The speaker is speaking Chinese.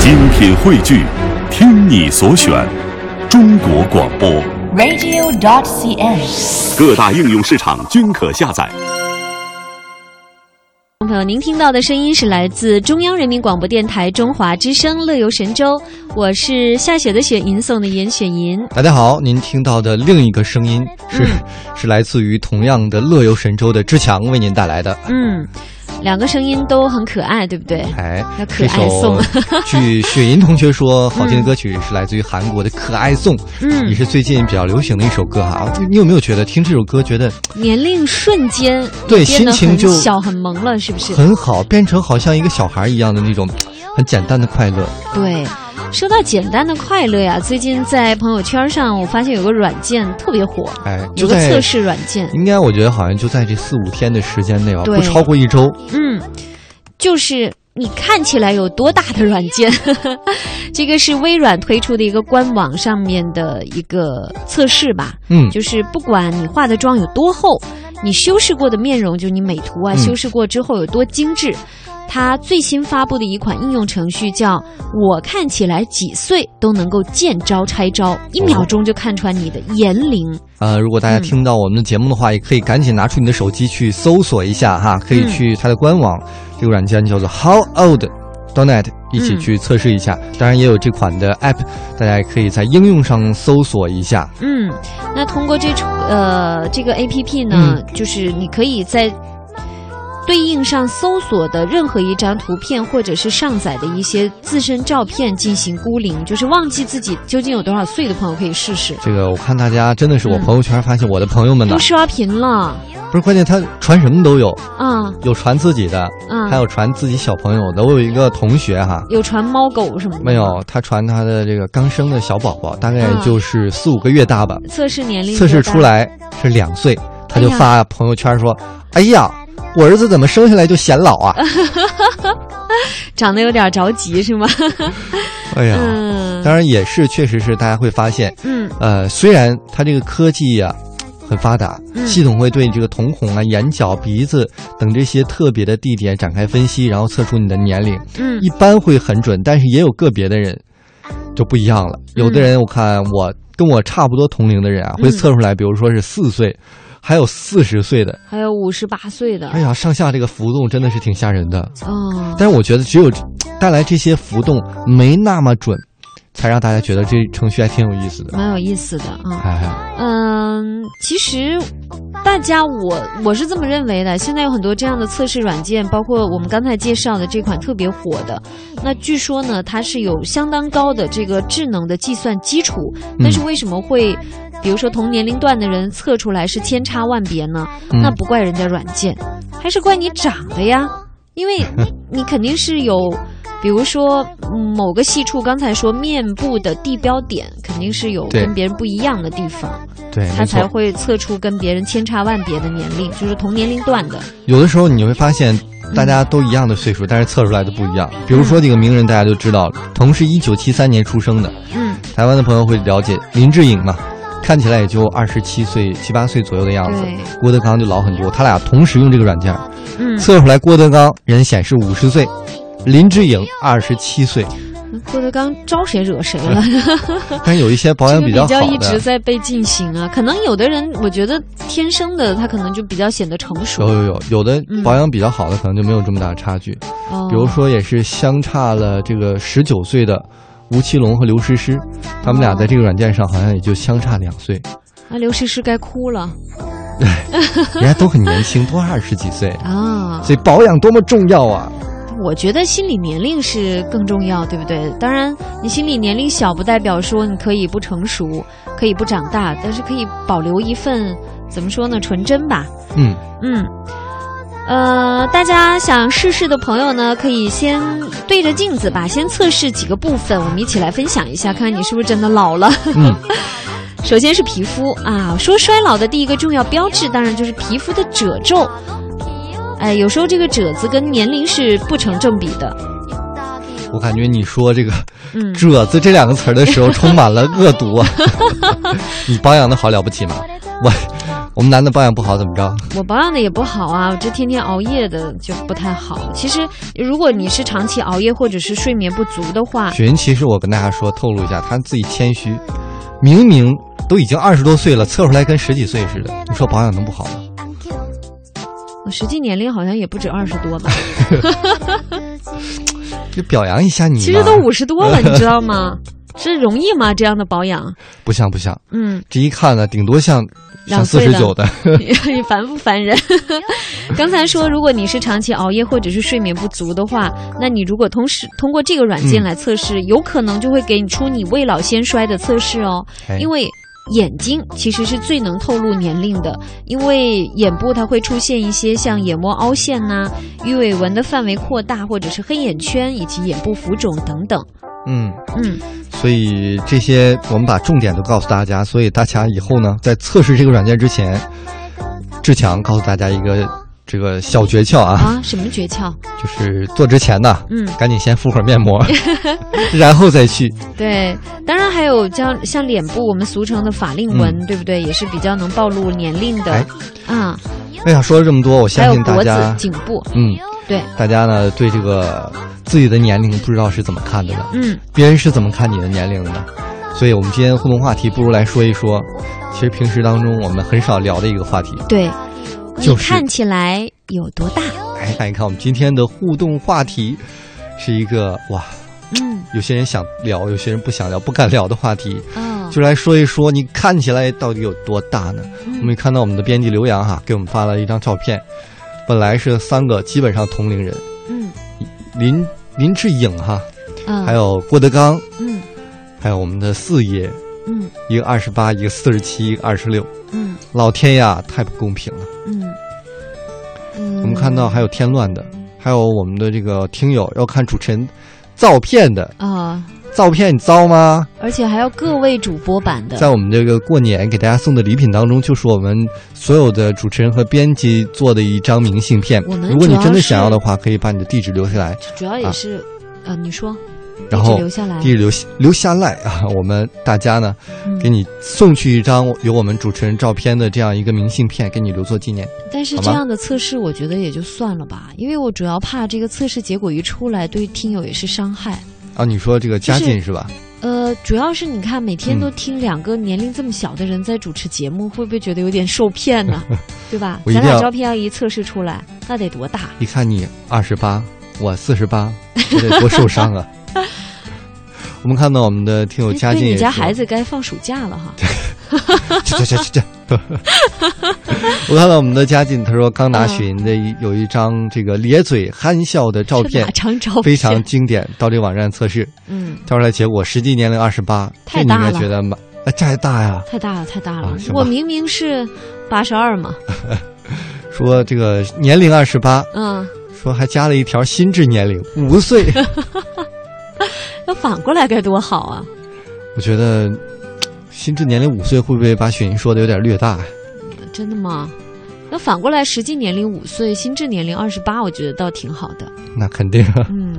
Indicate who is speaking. Speaker 1: 精品汇聚，听你所选，中国广播。
Speaker 2: radio.cn。
Speaker 1: 各大应用市场均可下载。
Speaker 3: 朋友，您听到的声音是来自中央人民广播电台中华之声《乐游神州》，我是下雪的雪，吟诵的吟，雪吟。
Speaker 4: 大家好，您听到的另一个声音是、
Speaker 3: 嗯
Speaker 4: 是来自于同样的乐游神州的之强为您带来的。
Speaker 3: 嗯，两个声音都很可爱，对不对？
Speaker 4: 哎
Speaker 3: 那，可
Speaker 4: 这
Speaker 3: 爱颂
Speaker 4: 首 据雪银同学说，好听的歌曲是来自于韩国的《可爱颂》，
Speaker 3: 嗯
Speaker 4: 也是最近比较流行的一首歌哈、你你有没有觉得听这首歌觉得
Speaker 3: 年龄瞬间
Speaker 4: 对
Speaker 3: 变得
Speaker 4: 心情
Speaker 3: 很
Speaker 4: 就
Speaker 3: 小很萌了，是不是？
Speaker 4: 很好，呃变成好像一个小孩一样的那种很简单的快乐？
Speaker 3: 对。说到简单的快乐呀，最近在朋友圈上，我发现有个软件特别火，
Speaker 4: 哎，
Speaker 3: 有
Speaker 4: 就
Speaker 3: 个
Speaker 4: 在
Speaker 3: 测试软件，
Speaker 4: 应该我觉得好像就在这四五天的时间内吧，
Speaker 3: 对
Speaker 4: 不超过一周。
Speaker 3: 嗯，就是你看起来有多大的软件， 这个是微软推出的一个官网上面的一个测试吧，
Speaker 4: 嗯，
Speaker 3: 就是不管你化的妆有多厚，你修饰过的面容，就你美图啊、
Speaker 4: 嗯
Speaker 3: 修饰过之后有多精致。它最新发布的一款应用程序叫“我看起来几岁都能够见招拆招”，一秒钟就看穿你的年龄。
Speaker 4: 呃，如果大家
Speaker 3: 嗯
Speaker 4: 听到我们的节目的话，也可以赶紧拿出你的手机去搜索一下哈，可以
Speaker 3: 嗯
Speaker 4: 去它的官网，这个软件叫做 How Old Donut，一起
Speaker 3: 嗯
Speaker 4: 去测试一下。当然也有这款的 App，大家也可以在应用上搜索一下。
Speaker 3: 嗯，那通过这种呃这个 A P P 呢，
Speaker 4: 嗯
Speaker 3: 就是你可以在对应上搜索的任何一张图片，或者是上载的一些自身照片进行孤零，就是忘记自己究竟有多少岁的朋友可以试试。
Speaker 4: 这个我看大家真的是我
Speaker 3: 嗯
Speaker 4: 朋友圈发现我的朋友们呢
Speaker 3: 都，刷屏了
Speaker 4: 不是关键，他传什么都有，
Speaker 3: 啊
Speaker 4: 有传自己的，
Speaker 3: 啊！
Speaker 4: 还有传自己小朋友的。我有一个同学哈，
Speaker 3: 有传猫狗什么的？
Speaker 4: 没有，他传他的这个刚生的小宝宝，大概也
Speaker 3: 啊
Speaker 4: 就是四五个月大吧，
Speaker 3: 测试年龄
Speaker 4: 测
Speaker 3: 多
Speaker 4: 试
Speaker 3: 大
Speaker 4: 出，来是两岁，他就
Speaker 3: 哎呀
Speaker 4: 发朋友圈说：“哎呀，我儿子怎么生下来就显老 啊
Speaker 3: 长得有点着急 是吗？？”
Speaker 4: 哎呀，
Speaker 3: 嗯
Speaker 4: 当然也是，确实是大家会发现，
Speaker 3: 嗯
Speaker 4: 呃，虽然它这个科技呀、很发达，
Speaker 3: 嗯
Speaker 4: 系统会对你这个瞳孔啊、眼角、鼻子等这些特别的地点展开分析，然后测出你的年龄，
Speaker 3: 嗯
Speaker 4: 一般会很准，但是也有个别的人就不一样了。有的人我看我跟我差不多同龄的人啊，会
Speaker 3: 嗯
Speaker 4: 测出来，比如说是四岁，还有四十岁的，
Speaker 3: 还有五十八岁的
Speaker 4: 哎，呀，上下这个浮动真的是挺吓人的。
Speaker 3: 嗯，
Speaker 4: 但是我觉得只有带来这些浮动没那么准，才让大家觉得这程序还挺有意思的。
Speaker 3: 蛮有意思的啊。
Speaker 4: 哎，
Speaker 3: 嗯，其实大家我我是这么认为的。现在有很多这样的测试软件，包括我们刚才介绍的这款特别火的。那据说呢，它是有相当高的这个智能的计算基础，但
Speaker 4: 嗯
Speaker 3: 是为什么会？比如说，同年龄段的人测出来是千差万别呢，
Speaker 4: 嗯
Speaker 3: 那不怪人家软件，还是怪你长得呀，因 为你肯定是有，比如说嗯某个细处，刚才说面部的地标点肯定是有
Speaker 4: 对
Speaker 3: 跟别人不一样的地方，
Speaker 4: 对，
Speaker 3: 他
Speaker 4: 没
Speaker 3: 才
Speaker 4: 错。
Speaker 3: 会测出跟别人千差万别的年龄，就是同年龄段的。
Speaker 4: 有的时候你会发现，大家都一样的岁数，但是测出来的不一样。比如说这个名人，大家都知道，同是一九七三年出生的，
Speaker 3: 嗯，
Speaker 4: 台湾的朋友会了解林志颖嘛，看起来也就二十七岁、七八岁左右的样子
Speaker 3: 对。
Speaker 4: 郭德纲就老很多，他俩同时用这个软件儿
Speaker 3: 嗯，
Speaker 4: 测出来，郭德纲人显示五十岁，林志颖二十七岁。
Speaker 3: 郭德纲招谁惹谁了？
Speaker 4: 但是有一些保
Speaker 3: 这
Speaker 4: 养
Speaker 3: 个
Speaker 4: 比
Speaker 3: 比
Speaker 4: 较
Speaker 3: 较
Speaker 4: 好
Speaker 3: 一直
Speaker 4: 的，
Speaker 3: 在被进行啊，可能有的人我觉得天生的他可能就比较显得成熟
Speaker 4: 有，有有，有的
Speaker 3: 嗯
Speaker 4: 保养比较好的可能就没有这么大的差距。
Speaker 3: 哦
Speaker 4: 比如说，也是相差了这个十九岁的吴奇隆和刘诗诗，他们俩在这个软件上好像也就相差两 岁，
Speaker 3: 啊，刘诗诗该哭了
Speaker 4: 人家都很年轻，都二十几岁，
Speaker 3: 啊。
Speaker 4: 所以保养多么重要啊！
Speaker 3: 我觉得心理年龄是更重要，对不对？当然，你心理年龄小不代表说你可以不成熟，可以不长大，但是可以保留一份怎么说呢，纯真吧。
Speaker 4: 嗯，
Speaker 3: 嗯，呃，大家想试试的朋友呢，可以先对着镜子吧，先测试几个部分，我们一起来分享一下，看看你是不是真的老了。
Speaker 4: 嗯，
Speaker 3: 首先是皮肤啊，说衰老的第一个重要标志，当然就是皮肤的褶皱。哎，有时候这个褶子跟年龄是不成正比的。
Speaker 4: 我感觉你说这个
Speaker 3: 嗯
Speaker 4: “褶子”这两 个 词儿的时候，充满了恶毒啊！你保养的好了不起吗？我我们男的保养不好怎么着？
Speaker 3: 我保养的也不好啊，我这天天熬夜的就不太好。其实，如果你是长期熬夜或者是睡眠不足的话，
Speaker 4: 雪云其实我跟大家说，透露一下，她自己谦虚，明明都已经二十多岁了，测出来跟十几岁似的，你说保养能不好吗？
Speaker 3: 我呃实际年龄好像也不止二十多吧，
Speaker 4: 就表扬一下你嘛。
Speaker 3: 其实都五十多了，你知道吗？这容易吗？这样的保养，
Speaker 4: 不像不像，
Speaker 3: 嗯，
Speaker 4: 这一看呢，顶多像像
Speaker 3: 两
Speaker 4: 四
Speaker 3: 岁
Speaker 4: 十
Speaker 3: 的
Speaker 4: 九的。
Speaker 3: 你烦不烦人？ 刚才说，如果你是长期熬夜或者是睡眠不足的话，那你如果同时通过这个软件
Speaker 4: 嗯
Speaker 3: 来测试，有可能就会给你出你未老先衰的测试哦。
Speaker 4: 哎
Speaker 3: 因为眼睛其实是最能透露年龄的，因为眼部它会出现一些像眼窝凹陷呐、鱼尾纹的范围扩大，或者是黑眼圈以及眼部浮肿等等。
Speaker 4: 嗯，
Speaker 3: 嗯，
Speaker 4: 所以这些我们把重点都告诉大家，所以大家以后呢，在测试这个软件之前，志强告诉大家一个这个小诀窍啊，
Speaker 3: 啊，什么诀窍？
Speaker 4: 就是做之前呢，
Speaker 3: 嗯，
Speaker 4: 赶紧先敷会儿面 膜，然后再去。
Speaker 3: 对，当然还有像像脸部我们俗称的法令纹，对不对？也是比较能暴露年龄的
Speaker 4: 嗯哎
Speaker 3: 啊、
Speaker 4: 哎呀，说了这么多，
Speaker 3: 还
Speaker 4: 我相
Speaker 3: 有
Speaker 4: 信大
Speaker 3: 脖
Speaker 4: 家
Speaker 3: 子、，颈部，
Speaker 4: 嗯，
Speaker 3: 对，
Speaker 4: 大家呢对这个自己的年龄不知道是怎么看的呢？
Speaker 3: 嗯，
Speaker 4: 别人是怎么看你的年龄的呢？所以我们今天互动话题不如来说一说，其实平时当中我们很少聊的一个话题。
Speaker 3: 对，
Speaker 4: 就
Speaker 3: 你
Speaker 4: 是
Speaker 3: 看起来有多大？
Speaker 4: 来哎看一看我们今天的互动话题，是一个哇，
Speaker 3: 嗯，
Speaker 4: 有些人想聊，有些人不想聊、不敢聊的话题，
Speaker 3: 哦，
Speaker 4: 就来说一说你看起来到底有多大呢？
Speaker 3: 嗯
Speaker 4: 我们也看到我们的编辑刘洋哈、给我们发了一张照片，本来是三个基本上同龄人，
Speaker 3: 嗯
Speaker 4: 林林志颖哈、
Speaker 3: 嗯，
Speaker 4: 还有郭德纲，
Speaker 3: 嗯
Speaker 4: 还有我们的四爷，
Speaker 3: 嗯
Speaker 4: 一个二十八，一个四十七，一个二十六，
Speaker 3: 嗯
Speaker 4: 老天呀，太不公平了。
Speaker 3: 嗯嗯，
Speaker 4: 我们看到还有添乱的，还有我们的这个听友要看主持人照片的，
Speaker 3: 啊、
Speaker 4: 照片你糟吗？
Speaker 3: 而且还有各位主播版的，
Speaker 4: 在我们这个过年给大家送的礼品当中，就是我们所有的主持人和编辑做的一张明信片。
Speaker 3: 我们
Speaker 4: 如果你
Speaker 3: 主要
Speaker 4: 真的
Speaker 3: 是
Speaker 4: 想要的话，可以把你的地址留下来，
Speaker 3: 主要也
Speaker 4: 啊
Speaker 3: 是，呃，你说，
Speaker 4: 然
Speaker 3: 一直
Speaker 4: 后
Speaker 3: 留下来，
Speaker 4: 地址留下留下来啊，我们大家呢
Speaker 3: 嗯
Speaker 4: 给你送去一张有我们主持人照片的这样一个明信片，给你留作纪念。
Speaker 3: 但是
Speaker 4: 好
Speaker 3: 这
Speaker 4: 吧
Speaker 3: 样的测试，我觉得也就算了吧，因为我主要怕这个测试结果一出来，对听友也是伤害。
Speaker 4: 啊，你说这个家
Speaker 3: 就是
Speaker 4: 境是吧？
Speaker 3: 呃，主要是你看，每天
Speaker 4: 嗯
Speaker 3: 都听两个年龄这么小的人在主持节目，会不会觉得有点受骗 呢？对吧？
Speaker 4: 我一
Speaker 3: 咱
Speaker 4: 定
Speaker 3: 俩
Speaker 4: 要
Speaker 3: 照片要一测试出来，那得多大？
Speaker 4: 一看你二十八，我四十八，我得多受伤 啊！我们看到我们的听友
Speaker 3: 对
Speaker 4: 家境也
Speaker 3: 哎你
Speaker 4: 说，
Speaker 3: 家孩 子该放暑假了哈。
Speaker 4: 这这这这这。 我看到我们的家境，他说刚拿雪银的一有一张这个咧嘴憨笑的 照
Speaker 3: 这
Speaker 4: 片
Speaker 3: 哪，张照片？
Speaker 4: 非常经典。到这网站测试，
Speaker 3: 嗯，
Speaker 4: 照出来结果实际年龄二十八，
Speaker 3: 太
Speaker 4: 这你应该
Speaker 3: 大了
Speaker 4: 觉得蛮，哎，这还大呀！
Speaker 3: 太大了，太大了。
Speaker 4: 啊行吧
Speaker 3: 我明明是八十二嘛，
Speaker 4: 说这个年龄二十八，
Speaker 3: 嗯，
Speaker 4: 说还加了一条心智年龄五岁，
Speaker 3: 那反过来该多好啊！
Speaker 4: 我觉得心智年龄五岁会不会把雪银说的有点略大呀？
Speaker 3: 真的吗？那反过来，实际年龄五岁，心智年龄二十八，我觉得倒挺好的。
Speaker 4: 那肯定啊。
Speaker 3: 嗯。